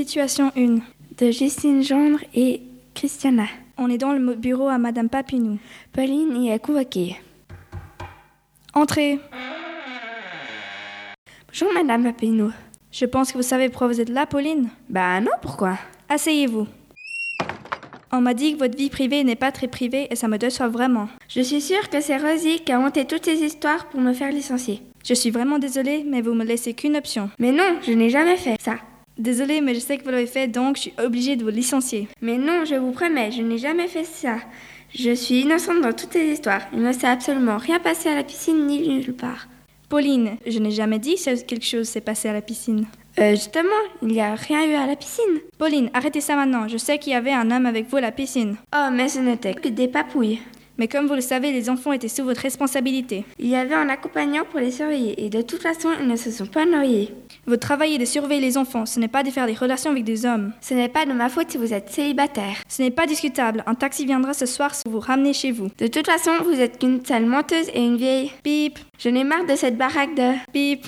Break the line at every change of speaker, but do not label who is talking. Situation 1
de Justine Gendre et Christiana.
On est dans le bureau à Madame Papinou.
Pauline y est convoquée.
Entrez
Bonjour Madame Papineau.
Je pense que vous savez pourquoi vous êtes là, Pauline.
Bah non, pourquoi
Asseyez-vous. On m'a dit que votre vie privée n'est pas très privée et ça me déçoit vraiment.
Je suis sûre que c'est Rosie qui a monté toutes ces histoires pour me faire licencier.
Je suis vraiment désolée, mais vous me laissez qu'une option.
Mais non, je n'ai jamais fait ça.
Désolée, mais je sais que vous l'avez fait, donc je suis obligée de vous licencier.
Mais non, je vous promets, je n'ai jamais fait ça. Je suis innocente dans toutes ces histoires. Il ne s'est absolument rien passé à la piscine ni nulle part.
Pauline, je n'ai jamais dit que quelque chose s'est passé à la piscine.
Euh, justement, il n'y a rien eu à la piscine.
Pauline, arrêtez ça maintenant. Je sais qu'il y avait un homme avec vous à la piscine.
Oh, mais ce n'était que des papouilles.
Mais comme vous le savez, les enfants étaient sous votre responsabilité.
Il y avait un accompagnant pour les surveiller et de toute façon, ils ne se sont pas noyés.
Votre travail est de surveiller les enfants, ce n'est pas de faire des relations avec des hommes.
Ce n'est pas de ma faute si vous êtes célibataire.
Ce n'est pas discutable, un taxi viendra ce soir pour vous ramener chez vous.
De toute façon, vous êtes qu'une sale menteuse et une vieille.
Bip,
Je n'ai marre de cette baraque de.
bip.